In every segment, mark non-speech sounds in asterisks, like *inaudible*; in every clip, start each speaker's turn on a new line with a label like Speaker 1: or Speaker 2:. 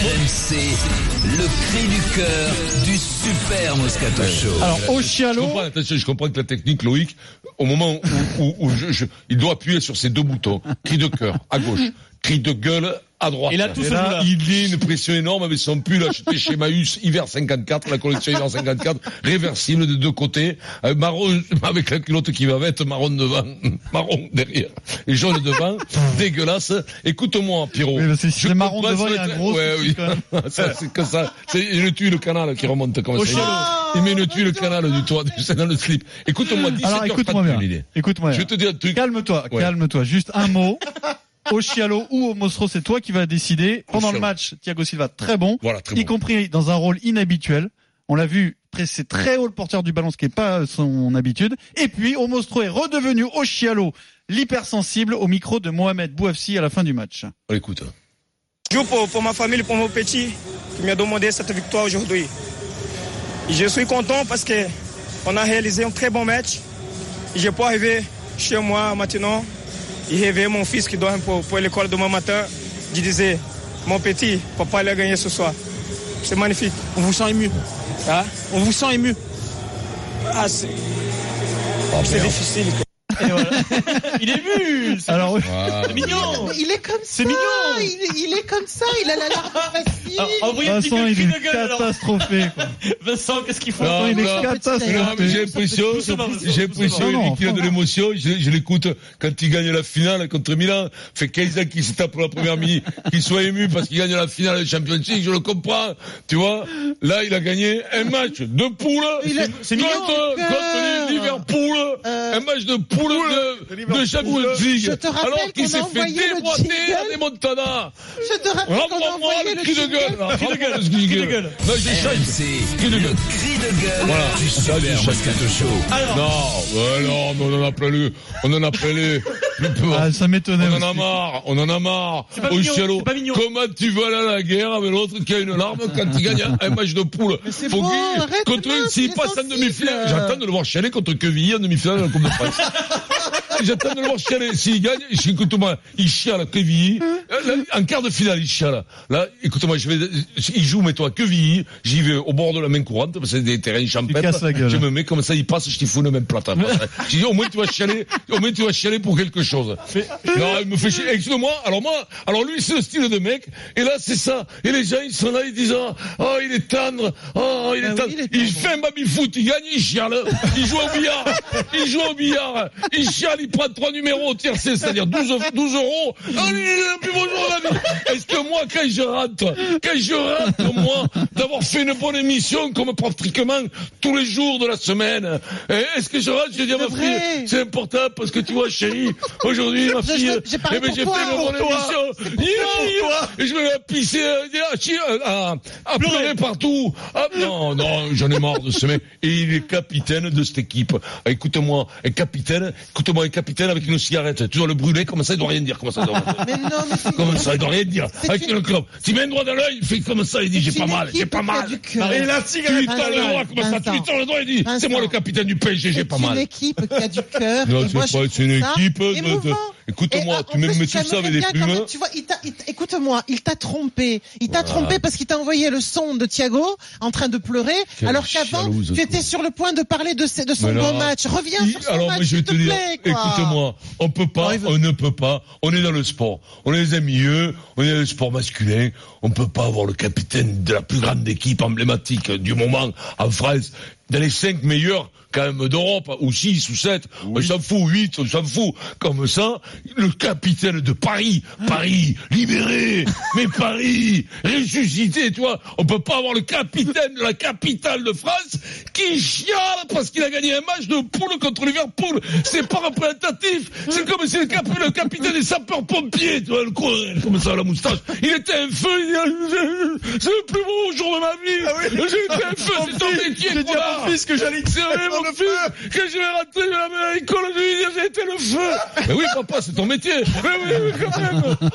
Speaker 1: RMC, le cri du cœur du super Moscato Show.
Speaker 2: Alors, au
Speaker 3: Je
Speaker 2: chialot,
Speaker 3: comprends, attention, je comprends que la technique, Loïc, au moment où, où- où je- je- il doit appuyer sur ses deux boutons, cri de cœur à gauche, cri de gueule à droite.
Speaker 4: Il a tout
Speaker 3: Et
Speaker 4: celui-là.
Speaker 3: là, Il y a une pression énorme avec son pull acheté chez Maüs hiver 54, la collection hiver 54, réversible de deux côtés, euh, marron *laughs* avec la culotte qui va être marron devant, *laughs* marron derrière et jaune devant, dégueulasse. Écoute-moi, Pierrot.
Speaker 2: Oui, parce que si
Speaker 3: Je
Speaker 2: c'est marron
Speaker 3: comprends
Speaker 2: devant,
Speaker 3: sur
Speaker 2: il y a
Speaker 3: le
Speaker 2: un
Speaker 3: tra-
Speaker 2: gros
Speaker 3: Ouais,
Speaker 2: souci,
Speaker 3: oui.
Speaker 2: quand
Speaker 3: *laughs*
Speaker 2: même.
Speaker 3: Ça, c'est que ça. C'est le tue le canal qui remonte
Speaker 2: Oh,
Speaker 3: comme ça. Il met le tue le canal du toit, du- c'est dans le slip. Écoute-moi, 17
Speaker 2: alors écoute-moi bien. Écoute-moi
Speaker 3: Je vais
Speaker 2: bien.
Speaker 3: te dis un truc.
Speaker 2: Calme-toi,
Speaker 3: Ouais.
Speaker 2: calme-toi. Juste un
Speaker 3: *laughs*
Speaker 2: mot. Au chialot ou au Mostro, c'est toi qui vas décider. Pendant le
Speaker 3: Chialo.
Speaker 2: match, Thiago Silva, très bon,
Speaker 3: Voilà, très
Speaker 2: y
Speaker 3: bon.
Speaker 2: compris dans un rôle inhabituel. On l'a vu, très- c'est très haut le porteur du ballon, ce qui n'est pas son habitude. Et puis, au Mostro est redevenu au chialot l'hypersensible au micro de Mohamed Bouafsi à la fin du match.
Speaker 3: On l'écoute.
Speaker 5: Je joue pour, pour ma famille, pour mon petit, qui m'a demandé cette victoire aujourd'hui. Et Je suis content parce que on a réalisé un très bon match. Et Je peux arriver chez moi maintenant et réveiller mon fils qui dort pour, pour l'école demain matin. Je disais, mon petit, papa il a gagné ce soir. C'est magnifique.
Speaker 4: On vous sent ému.
Speaker 5: Hein
Speaker 4: On vous sent ému.
Speaker 5: Ah, c'est c'est difficile.
Speaker 4: Il est ému. C'est
Speaker 2: Alors,
Speaker 3: Ah,
Speaker 4: mignon.
Speaker 6: Il est comme ça.
Speaker 4: C'est mignon.
Speaker 6: Il, est- il est comme ça. Il a la larme facile.
Speaker 4: Alors,
Speaker 3: Ah
Speaker 4: Envoyez un petit
Speaker 2: Vincent,
Speaker 4: cri
Speaker 2: il
Speaker 4: de
Speaker 2: est
Speaker 4: gueule. alors.
Speaker 2: catastrophé,
Speaker 3: *laughs*
Speaker 2: quoi.
Speaker 4: Vincent, qu'est-ce qu'il faut
Speaker 3: Non,
Speaker 2: Il est
Speaker 3: non. Non, mais
Speaker 2: catastrophé.
Speaker 3: j'ai l'impression,
Speaker 4: doucement, doucement,
Speaker 2: doucement.
Speaker 3: j'ai
Speaker 2: Non,
Speaker 3: l'impression
Speaker 2: non,
Speaker 3: qu'il a de
Speaker 2: enfin.
Speaker 3: l'émotion. Je, je l'écoute quand il gagne la finale contre Milan. Fait 15 ans qu'il se tape pour la première
Speaker 6: *laughs*
Speaker 3: mi, qu'il soit ému parce qu'il gagne la finale de Champions League. Je le comprends. Tu vois, là, il a gagné un match de poule
Speaker 6: Il a-
Speaker 3: contre,
Speaker 6: mignon,
Speaker 3: contre
Speaker 6: Pierre.
Speaker 3: Liverpool.
Speaker 6: Euh,
Speaker 3: un match de poule de, de Champions League.
Speaker 6: Je te rappelle
Speaker 3: Alors qu'il
Speaker 6: qu'on a
Speaker 3: s'est fait
Speaker 6: envoyé le
Speaker 3: déboîter à
Speaker 6: jingle.
Speaker 3: des Montana.
Speaker 6: Je te rappelle qu'on a
Speaker 3: Renvoie-moi le
Speaker 6: envoyé le
Speaker 3: cri de
Speaker 6: jingle.
Speaker 3: gueule. Renvoie-moi le cri de gueule. Non, je change.
Speaker 1: RMC,
Speaker 3: Cri de gueule.
Speaker 1: cri de gueule
Speaker 3: Voilà.
Speaker 1: du
Speaker 3: Ça, c'est
Speaker 1: super Moscato Show.
Speaker 3: Non, ouais, non, mais on en a plein le, on en a plein les, plus peu.
Speaker 2: Ah, ça m'étonnait.
Speaker 3: on en a
Speaker 2: aussi.
Speaker 3: marre, on en a marre.
Speaker 4: pas
Speaker 3: Au
Speaker 4: mignon,
Speaker 3: cielo,
Speaker 4: c'est pas mignon.
Speaker 3: comment tu vas aller à la guerre avec l'autre qui a une larme quand il gagne un match de poule
Speaker 6: c'est
Speaker 3: Faut
Speaker 6: bon,
Speaker 3: qu'il-
Speaker 6: arrête,
Speaker 3: contre
Speaker 6: mince,
Speaker 3: s'il
Speaker 6: il est
Speaker 3: passe en
Speaker 6: sensible.
Speaker 3: demi-finale, j'attends de le voir chialer contre Quevilly en demi-finale de la Coupe de France. J'attends de le voir chialer. S'il gagne, je- écoute-moi, il chiale à Quevilly.
Speaker 6: Hein
Speaker 3: Euh, là, En quart de finale, il chiale. Là, écoute-moi, je vais, il joue, mets-toi à Quevilly. J'y vais au bord de la main courante, parce que c'est des terrains champêtres.
Speaker 2: casses la gueule.
Speaker 3: Je me mets comme ça, il passe, je t'y fous le même platin. J'ai dit, au moins tu vas chialer, au moins tu vas chialer pour quelque chose. Non, il me fait chier. Excuse-moi, alors moi, alors lui, c'est le style de mec, et là, c'est ça. Et les gens, ils sont là, ils disent, ah, oh, il est tendre, oh, il est
Speaker 6: Ah oui,
Speaker 3: tendre.
Speaker 6: il est
Speaker 3: Il
Speaker 6: tendre.
Speaker 3: fait un baby-foot, il gagne, il chiale. Il joue au billard, il joue au billard, il chiale, il prend trois numéros au tiercé, c'est-à-dire 12, 12 euros. Ah, lui, il est le plus beau jour de la vie. Est-ce que moi, quand je rentre, quand je rentre, moi, d'avoir fait une bonne émission, comme pratiquement tous les jours de la semaine, eh, est-ce que je rentre, je dis à ma
Speaker 6: C'est
Speaker 3: fille,
Speaker 6: vrai.
Speaker 3: c'est important parce que tu vois, chérie, aujourd'hui, ma
Speaker 6: Je-
Speaker 3: fille,
Speaker 6: je- j'ai parlé
Speaker 3: eh ben,
Speaker 6: pour
Speaker 3: j'ai fait
Speaker 6: toi,
Speaker 3: une
Speaker 6: pour
Speaker 3: bonne
Speaker 6: toi.
Speaker 3: émission. Hi, hi, Et je me vais pisser, euh, à, chier, euh, à, à pleurer partout. Ah, non, non, j'en ai marre de ce mec. Et il est capitaine de cette équipe. Ah, Écoute-moi, un capitaine, écoute-moi, un capitaine avec une cigarette. Tu dois le brûler, comme ça, il doit rien dire, comme ça, il doit
Speaker 6: *laughs*
Speaker 3: rien dire.
Speaker 6: Mais non, mais c'est
Speaker 3: Comme ça, il doit rien dire.
Speaker 6: C'est
Speaker 3: Avec
Speaker 6: une-
Speaker 3: le club. S'il met un doigt dans l'œil, il fait comme ça, il dit, j'ai
Speaker 6: C'est
Speaker 3: pas
Speaker 6: une
Speaker 3: mal, j'ai
Speaker 6: équipe
Speaker 3: pas
Speaker 6: qui a
Speaker 3: mal.
Speaker 6: du cœur.
Speaker 3: Et la cigarette
Speaker 6: Vincent,
Speaker 3: dans le doigt, comme ça, tu lui tends le doigt, il dit, c'est moi
Speaker 6: Vincent.
Speaker 3: le capitaine du PSG, j'ai
Speaker 6: c'est
Speaker 3: pas
Speaker 6: une
Speaker 3: mal.
Speaker 6: équipe qui
Speaker 3: *laughs*
Speaker 6: a du cœur.
Speaker 3: Non,
Speaker 6: Et
Speaker 3: c'est
Speaker 6: moi,
Speaker 3: pas-
Speaker 6: je trouve
Speaker 3: c'est une
Speaker 6: ça
Speaker 3: équipe de- de-
Speaker 6: émouvant.
Speaker 3: Écoute-moi,
Speaker 6: Et, euh,
Speaker 3: tu
Speaker 6: en
Speaker 3: me
Speaker 6: plus,
Speaker 3: mets tout ça
Speaker 6: j'aimerais
Speaker 3: avec des
Speaker 6: bien quand
Speaker 3: plumes. Ah.
Speaker 6: même, Tu vois, il t'a- il t'a- écoute-moi, il t'a trompé. Il t'a trompé parce qu'il t'a envoyé le son de Thiago en train de pleurer,
Speaker 3: Quelle
Speaker 6: alors qu'avant,
Speaker 3: jalouse,
Speaker 6: tu
Speaker 3: toi.
Speaker 6: étais sur le point de parler de, ses- de son
Speaker 3: Mais là,
Speaker 6: beau match. Reviens
Speaker 3: Il-
Speaker 6: sur son
Speaker 3: alors
Speaker 6: match,
Speaker 3: moi je vais
Speaker 6: s'il
Speaker 3: te
Speaker 6: te
Speaker 3: dire,
Speaker 6: plaît, quoi.
Speaker 3: écoute-moi, on peut pas, on ne peut pas, on est dans le sport, on est les mieux, on est dans le sport masculin, on peut pas avoir le capitaine de la plus grande équipe emblématique du moment en France, dans les cinq meilleurs quand même d'Europe, ou six ou sept, on s'en fout, huit, on s'en fout, comme ça, le capitaine de Paris, Paris
Speaker 6: *laughs*
Speaker 3: libéré, mais Paris ressuscité, tu vois, on peut pas avoir le capitaine de la capitale de France qui chiale parce qu'il a gagné un match de poule contre Liverpool. C'est pas représentatif. C'est comme si le, cap- le capitaine des sapeurs-pompiers, tu vois, le con, comme ça, la moustache. Il était un feu, il a- c'est le plus beau jour de ma vie. J'ai été un feu, c'est Ah *laughs* ton métier,
Speaker 2: J'ai dit à
Speaker 3: connard. mon fils que j'allais tirer, mon fils, que je vais rentrer je vais l'amener à l'école, je vais lui dire j'ai été le *laughs* feu. Mais oui, papa, c'est ton métier. Mais oui, mais quand même. *laughs*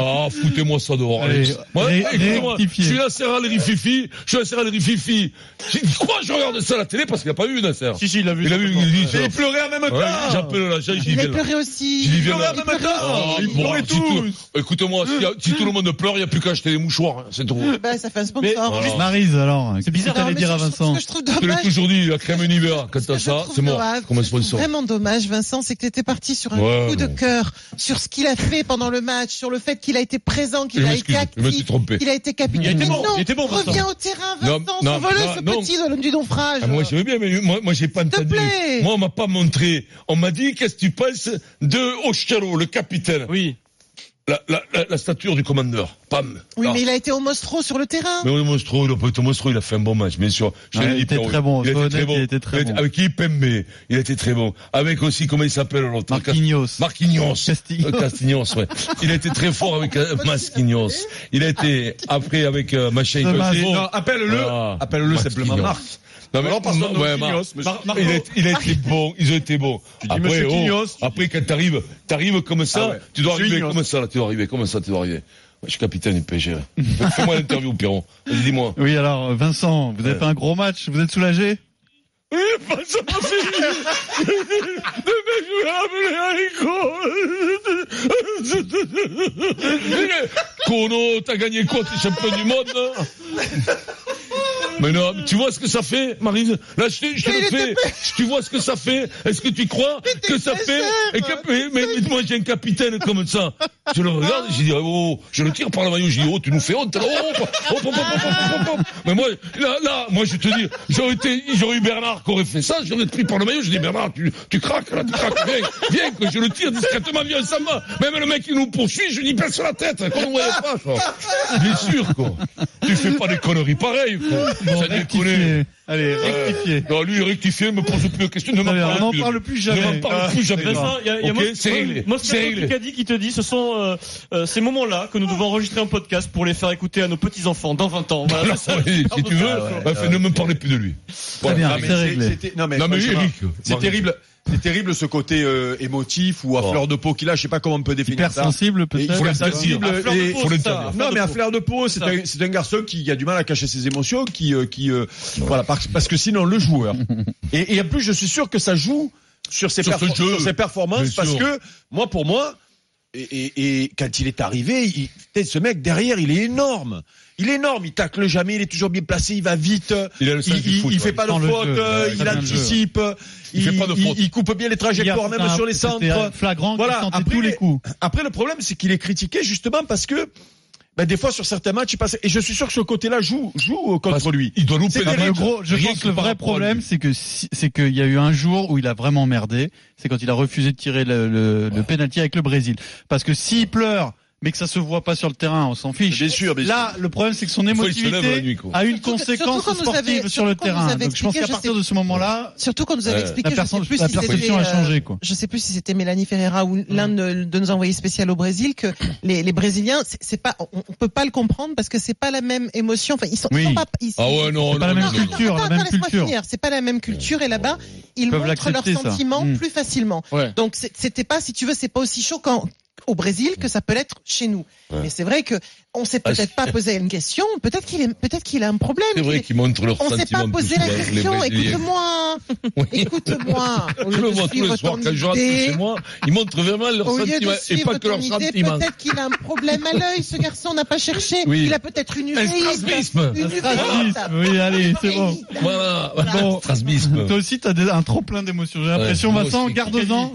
Speaker 3: Ah, foutez-moi ça dehors, Alex.
Speaker 2: Allez,
Speaker 3: Moi,
Speaker 2: ré-
Speaker 3: écoutez-moi, je
Speaker 2: rectifier.
Speaker 3: suis à Serra les Rififi, je suis à Serra les Rififi. J'ai dit, Quoi, je regarde ça à la télé parce qu'il n'y a pas eu une serre.
Speaker 4: Si, si, il a vu.
Speaker 3: Il a vu, il dit,
Speaker 4: Et
Speaker 3: ça.
Speaker 4: il pleurait en même
Speaker 3: Ouais,
Speaker 4: temps.
Speaker 3: J'appelle l'agent, j'y
Speaker 6: Il
Speaker 3: vais.
Speaker 6: a
Speaker 3: là.
Speaker 6: pleuré aussi.
Speaker 3: J'y viens là.
Speaker 6: Il pleure.
Speaker 3: Ah,
Speaker 4: Ils
Speaker 3: bon,
Speaker 4: pleuraient
Speaker 3: si tout-
Speaker 4: tous.
Speaker 3: Écoute-moi, si, si tout le monde pleure, il n'y a plus qu'à acheter des mouchoirs, hein, c'est tout.
Speaker 6: Bah, ça fait un
Speaker 4: Mais-
Speaker 6: sponsor.
Speaker 3: Voilà.
Speaker 2: Marise, alors. C'est Qu'est-ce
Speaker 4: bizarre,
Speaker 2: que
Speaker 6: Non,
Speaker 2: t'allais
Speaker 6: mais
Speaker 2: dire à
Speaker 6: ce que je-
Speaker 2: Vincent
Speaker 6: Ce que je trouve
Speaker 3: Je te l'ai
Speaker 6: dommage.
Speaker 3: toujours dit, la crème univers, quand
Speaker 6: Ce
Speaker 3: t'as
Speaker 6: que je
Speaker 3: ça,
Speaker 6: trouve
Speaker 3: c'est mort.
Speaker 6: dommage,
Speaker 3: Comme un
Speaker 6: je trouve
Speaker 3: sponsor.
Speaker 6: Vraiment dommage, Vincent, c'est que t'étais parti sur un
Speaker 3: Ouais,
Speaker 6: coup de
Speaker 3: non.
Speaker 6: cœur, sur ce qu'il a fait pendant le match, sur le fait qu'il a été présent,
Speaker 3: Je
Speaker 6: qu'il a
Speaker 3: m'excuse,
Speaker 6: été
Speaker 3: je me suis
Speaker 6: actif,
Speaker 3: trompé.
Speaker 6: qu'il a été capitaine.
Speaker 4: Il était bon,
Speaker 6: Non,
Speaker 4: il était bon, Vincent.
Speaker 6: Reviens au terrain,
Speaker 3: Non,
Speaker 6: Vincent,
Speaker 3: non,
Speaker 6: survole
Speaker 3: non,
Speaker 6: ce
Speaker 3: non.
Speaker 6: petit de l'homme du naufrage.
Speaker 3: Ah, moi, je veux bien, mais moi, moi, j'ai pas
Speaker 6: te
Speaker 3: entendu.
Speaker 6: plaît.
Speaker 3: Moi, on m'a pas montré. On m'a dit, qu'est-ce que tu penses de Oshkaro, le capitaine?
Speaker 4: Oui.
Speaker 3: La, la, la, la stature du commandeur. Pam.
Speaker 6: Oui,
Speaker 3: Ah.
Speaker 6: mais il a été au Mostro sur le terrain.
Speaker 3: Mais oui, Monstro, il a pas été Monstro, il a fait un bon match, bien sûr. Je
Speaker 2: Ouais,
Speaker 3: l'ai
Speaker 2: Ah, il
Speaker 3: dit,
Speaker 2: était
Speaker 3: Pierrot.
Speaker 2: très bon,
Speaker 3: Il a
Speaker 2: sois
Speaker 3: été très
Speaker 2: honnête,
Speaker 3: bon.
Speaker 2: il était très
Speaker 3: Il a été-
Speaker 2: bon.
Speaker 3: Avec Ipembe, il a été très bon. Avec aussi, comment il s'appelle l'autre
Speaker 2: Marquinhos.
Speaker 3: Marquinhos.
Speaker 2: Castillo.
Speaker 3: Euh, Castignos, ouais. Il a été très fort avec
Speaker 6: *laughs*
Speaker 3: euh, Masquinhos. Il a été, après, avec euh, machin.
Speaker 2: Ce Mas-
Speaker 3: Bon.
Speaker 2: non,
Speaker 7: appelle-le,
Speaker 3: Ah.
Speaker 7: appelle-le
Speaker 3: Marquinhos.
Speaker 7: simplement Marc.
Speaker 3: Non, mais,
Speaker 7: Alors, par son nom,
Speaker 3: ouais,
Speaker 7: Marquinhos,
Speaker 3: Marc.
Speaker 7: monsieur-
Speaker 3: Mar- il, a, il a été bon, ils ont été bons.
Speaker 7: dis
Speaker 3: Après,
Speaker 7: monsieur
Speaker 3: oh,
Speaker 7: Quinhos, tu dis-
Speaker 3: après quand t'arrives, t'arrives comme ça,
Speaker 7: Ah ouais.
Speaker 3: tu dois
Speaker 7: Monsieur
Speaker 3: arriver
Speaker 7: Quinhos.
Speaker 3: comme ça, là, tu dois arriver comme ça, tu dois arriver. Moi, Je suis capitaine du PSG. là. Fais- Fais-moi l'interview, Pierrot. Vas-y,
Speaker 2: *laughs*
Speaker 3: Dis-moi.
Speaker 2: Oui, alors, Vincent, vous avez fait un gros match, vous êtes soulagé
Speaker 3: Oui, pas ça, pas ça. Le mec, je vais ramener à l'école. Kono, t'as gagné quoi T'es champion du monde hein Mais non, tu vois ce que ça fait, Marise Là, je te, je te
Speaker 6: Mais
Speaker 3: le
Speaker 6: il
Speaker 3: fais. Je- Tu vois ce que ça fait Est-ce que tu crois que ça fait Et que- mais, mais- mais moi, j'ai un capitaine comme ça. Je le regarde, je dis, oh, je le tire par la maillot, je dis, oh, tu nous fais honte. là. Oh, oh, oh, oh, oh, oh, oh, oh, oh. Mais moi, là, là, moi, je te dis, j'aurais été, j'aurais eu Bernard qui aurait fait ça, j'aurais pris par le maillot, je dis, Bernard, tu, tu craques, là, tu craques, viens, viens, que je le tire discrètement, viens, ça va. Même le mec, il nous poursuit, je lui pèse sur la tête, qu'on ne voyait pas, quoi. Bien sûr, quoi. Tu fais pas des conneries pareilles, quoi.
Speaker 2: Bon,
Speaker 3: Ça déconne.
Speaker 2: rectifié. Allez,
Speaker 3: Ouais.
Speaker 2: rectifié.
Speaker 3: Non, lui, rectifié, me pose plus de questions, ne m'en
Speaker 2: Allez,
Speaker 3: parle
Speaker 2: on n'en
Speaker 3: plus.
Speaker 2: parle plus
Speaker 3: Ne
Speaker 2: jamais. Ah,
Speaker 3: m'en parle plus jamais.
Speaker 4: Vincent, il y a, il y a
Speaker 3: Ok,
Speaker 4: Mos-
Speaker 3: c'est réglé. C'est
Speaker 4: Moscato
Speaker 3: réglé.
Speaker 4: Picardie qui te dit ce sont euh, euh, ces moments-là que nous devons enregistrer en podcast pour les faire écouter à nos petits-enfants dans 20 ans.
Speaker 3: *laughs*
Speaker 4: Voilà,
Speaker 3: Alors,
Speaker 4: c'est ça.
Speaker 3: oui, si tu veux, bah, fais- ne
Speaker 2: Ah,
Speaker 3: me parlez plus de lui.
Speaker 2: Très bien,
Speaker 7: Ah,
Speaker 2: c'est
Speaker 7: mais c'est-
Speaker 2: réglé.
Speaker 7: c'était- Non, mais,
Speaker 3: Non, mais oui,
Speaker 7: franchement,
Speaker 3: Eric.
Speaker 7: c'est terrible. C'est terrible ce côté euh, émotif ou à
Speaker 3: Oh.
Speaker 7: fleur de peau qu'il a. Je sais pas comment on peut définir
Speaker 2: Hyper
Speaker 7: ça.
Speaker 2: sensible,
Speaker 7: Et il faut
Speaker 2: peut-être
Speaker 7: l'interdire.
Speaker 4: À fleur de
Speaker 7: Et-
Speaker 4: peau,
Speaker 7: faut
Speaker 4: c'est
Speaker 7: l'interdire.
Speaker 4: ça, à fleur
Speaker 7: Non,
Speaker 4: de
Speaker 7: mais à
Speaker 4: peau.
Speaker 7: fleur de peau, c'est
Speaker 4: Ça.
Speaker 7: un, c'est un garçon qui a du mal à cacher ses émotions, qui, euh, qui, euh, voilà, par- parce que sinon le joueur. et, et en plus, je suis sûr que ça joue sur ses,
Speaker 3: Sur ce
Speaker 7: perfor-
Speaker 3: jeu.
Speaker 7: sur ses performances,
Speaker 3: Bien
Speaker 7: parce
Speaker 3: sûr.
Speaker 7: que moi, pour moi, et, et- et quand il est arrivé, il, putain, ce mec derrière, il est énorme. Il est énorme, il tacle jamais, il est toujours bien placé, il va vite.
Speaker 3: Il a le sens
Speaker 7: il,
Speaker 3: du
Speaker 7: il-
Speaker 3: foot,
Speaker 7: il
Speaker 3: ouais.
Speaker 7: fait pas de
Speaker 2: Il sent le
Speaker 7: faute,
Speaker 2: jeu,
Speaker 7: euh,
Speaker 2: ouais, il
Speaker 7: il
Speaker 2: sent le
Speaker 7: anticipe, il,
Speaker 3: fait pas de
Speaker 7: il-
Speaker 3: faute.
Speaker 7: il coupe bien les trajectoires,
Speaker 2: Hier,
Speaker 7: même
Speaker 2: c'était
Speaker 7: sur
Speaker 2: un-
Speaker 7: les
Speaker 2: c'était un
Speaker 7: centres.
Speaker 2: flagrant qui
Speaker 7: Voilà,
Speaker 2: sentait
Speaker 7: après-
Speaker 2: tous les coups.
Speaker 7: Après, le problème, c'est qu'il est critiqué justement parce que, ben, des fois, sur certains matchs, il passe. Et je suis sûr que ce côté-là joue, joue euh, contre lui.
Speaker 3: Il doit louper
Speaker 7: C'est
Speaker 3: la
Speaker 7: terrible.
Speaker 2: Le gros, je
Speaker 3: Rien
Speaker 2: pense
Speaker 3: que
Speaker 2: que le
Speaker 3: par
Speaker 2: vrai
Speaker 3: rapport à lui.
Speaker 2: problème, c'est que si- c'est qu'il y a eu un jour où il a vraiment merdé, c'est quand il a refusé de tirer le, le, le penalty avec le Brésil. Parce que s'il pleure, mais que ça se voit pas sur le terrain, on s'en fiche.
Speaker 7: Bien sûr, bien sûr.
Speaker 2: Là, le problème, c'est que son
Speaker 3: fois, il se lève
Speaker 2: émotivité
Speaker 3: la nuit, quoi.
Speaker 2: a une
Speaker 6: Surtout que-
Speaker 2: conséquence
Speaker 6: surtout qu'on nous
Speaker 2: sportive
Speaker 6: avait-
Speaker 2: sur le
Speaker 6: surtout qu'on nous
Speaker 2: terrain.
Speaker 6: avait
Speaker 2: Donc je pense
Speaker 6: expliqué,
Speaker 2: qu'à
Speaker 6: je
Speaker 2: partir
Speaker 6: sais-
Speaker 2: de ce moment-là,
Speaker 6: Surtout qu'on nous avait
Speaker 3: Ouais.
Speaker 6: expliqué,
Speaker 2: la,
Speaker 6: je sais
Speaker 2: personne,
Speaker 6: plus
Speaker 2: la
Speaker 6: si c'était,
Speaker 2: perception a
Speaker 6: euh,
Speaker 2: changé. Quoi.
Speaker 6: je sais plus si c'était Mélanie Ferreira
Speaker 3: Mm.
Speaker 6: ou l'un de, de nos envoyés spéciaux au Brésil que les, les Brésiliens c'est, c'est pas on, on peut pas le comprendre parce que c'est pas la même émotion enfin ils sont,
Speaker 2: Oui.
Speaker 6: ils sont pas ils-
Speaker 3: Ah ouais, non,
Speaker 2: C'est pas la
Speaker 3: non, non,
Speaker 2: même
Speaker 3: non, non.
Speaker 2: culture,
Speaker 6: Attends,
Speaker 2: la
Speaker 6: attends,
Speaker 2: même
Speaker 6: laisse-moi
Speaker 2: culture.
Speaker 6: finir. C'est pas la même culture et là-bas, ils
Speaker 2: peuvent
Speaker 6: montrent leurs
Speaker 2: l'accepter, ça.
Speaker 6: sentiments
Speaker 2: Mm.
Speaker 6: plus facilement.
Speaker 4: Ouais.
Speaker 6: Donc c'est- c'était pas, si tu veux, c'est pas aussi choquant au Brésil que ça peut l'être chez nous. Mais c'est vrai que on s'est
Speaker 3: Ah,
Speaker 6: peut-être
Speaker 3: c'est-
Speaker 6: pas posé une question. Peut-être qu'il est, peut-être qu'il a un problème.
Speaker 3: C'est vrai
Speaker 6: qu'il-
Speaker 3: qu'ils montrent leurs
Speaker 6: on
Speaker 3: sentiments.
Speaker 6: s'est pas
Speaker 3: plus
Speaker 6: posé la
Speaker 3: souvent, les
Speaker 6: question.
Speaker 3: Brésiliens.
Speaker 6: Écoute-moi,
Speaker 3: Oui.
Speaker 6: écoute-moi.
Speaker 3: *laughs*
Speaker 6: Au
Speaker 3: Je
Speaker 6: lieu
Speaker 3: le
Speaker 6: de
Speaker 3: vois tous
Speaker 6: suivre
Speaker 3: les soirs
Speaker 6: ton
Speaker 3: quand je rentre
Speaker 6: idée,
Speaker 3: chez moi. Ils montrent vraiment leurs
Speaker 6: au lieu de
Speaker 3: sentiments et
Speaker 6: suivre
Speaker 3: pas que
Speaker 6: ton
Speaker 3: leurs
Speaker 6: idée,
Speaker 3: sentiments.
Speaker 6: peut-être qu'il a un problème à l'œil. Ce garçon n'a pas cherché.
Speaker 3: Oui.
Speaker 6: Il a peut-être une
Speaker 3: Un
Speaker 6: uvéite.
Speaker 3: strasbisme.
Speaker 6: Une uvéite.
Speaker 2: Ah, oui, allez, c'est bon.
Speaker 6: Uvéite.
Speaker 3: Voilà,
Speaker 2: Bon.
Speaker 3: strasbisme.
Speaker 2: Toi aussi, t'as des- un trop plein d'émotions. J'ai l'impression,
Speaker 3: moi
Speaker 2: Vincent,
Speaker 3: aussi,
Speaker 2: garde-en,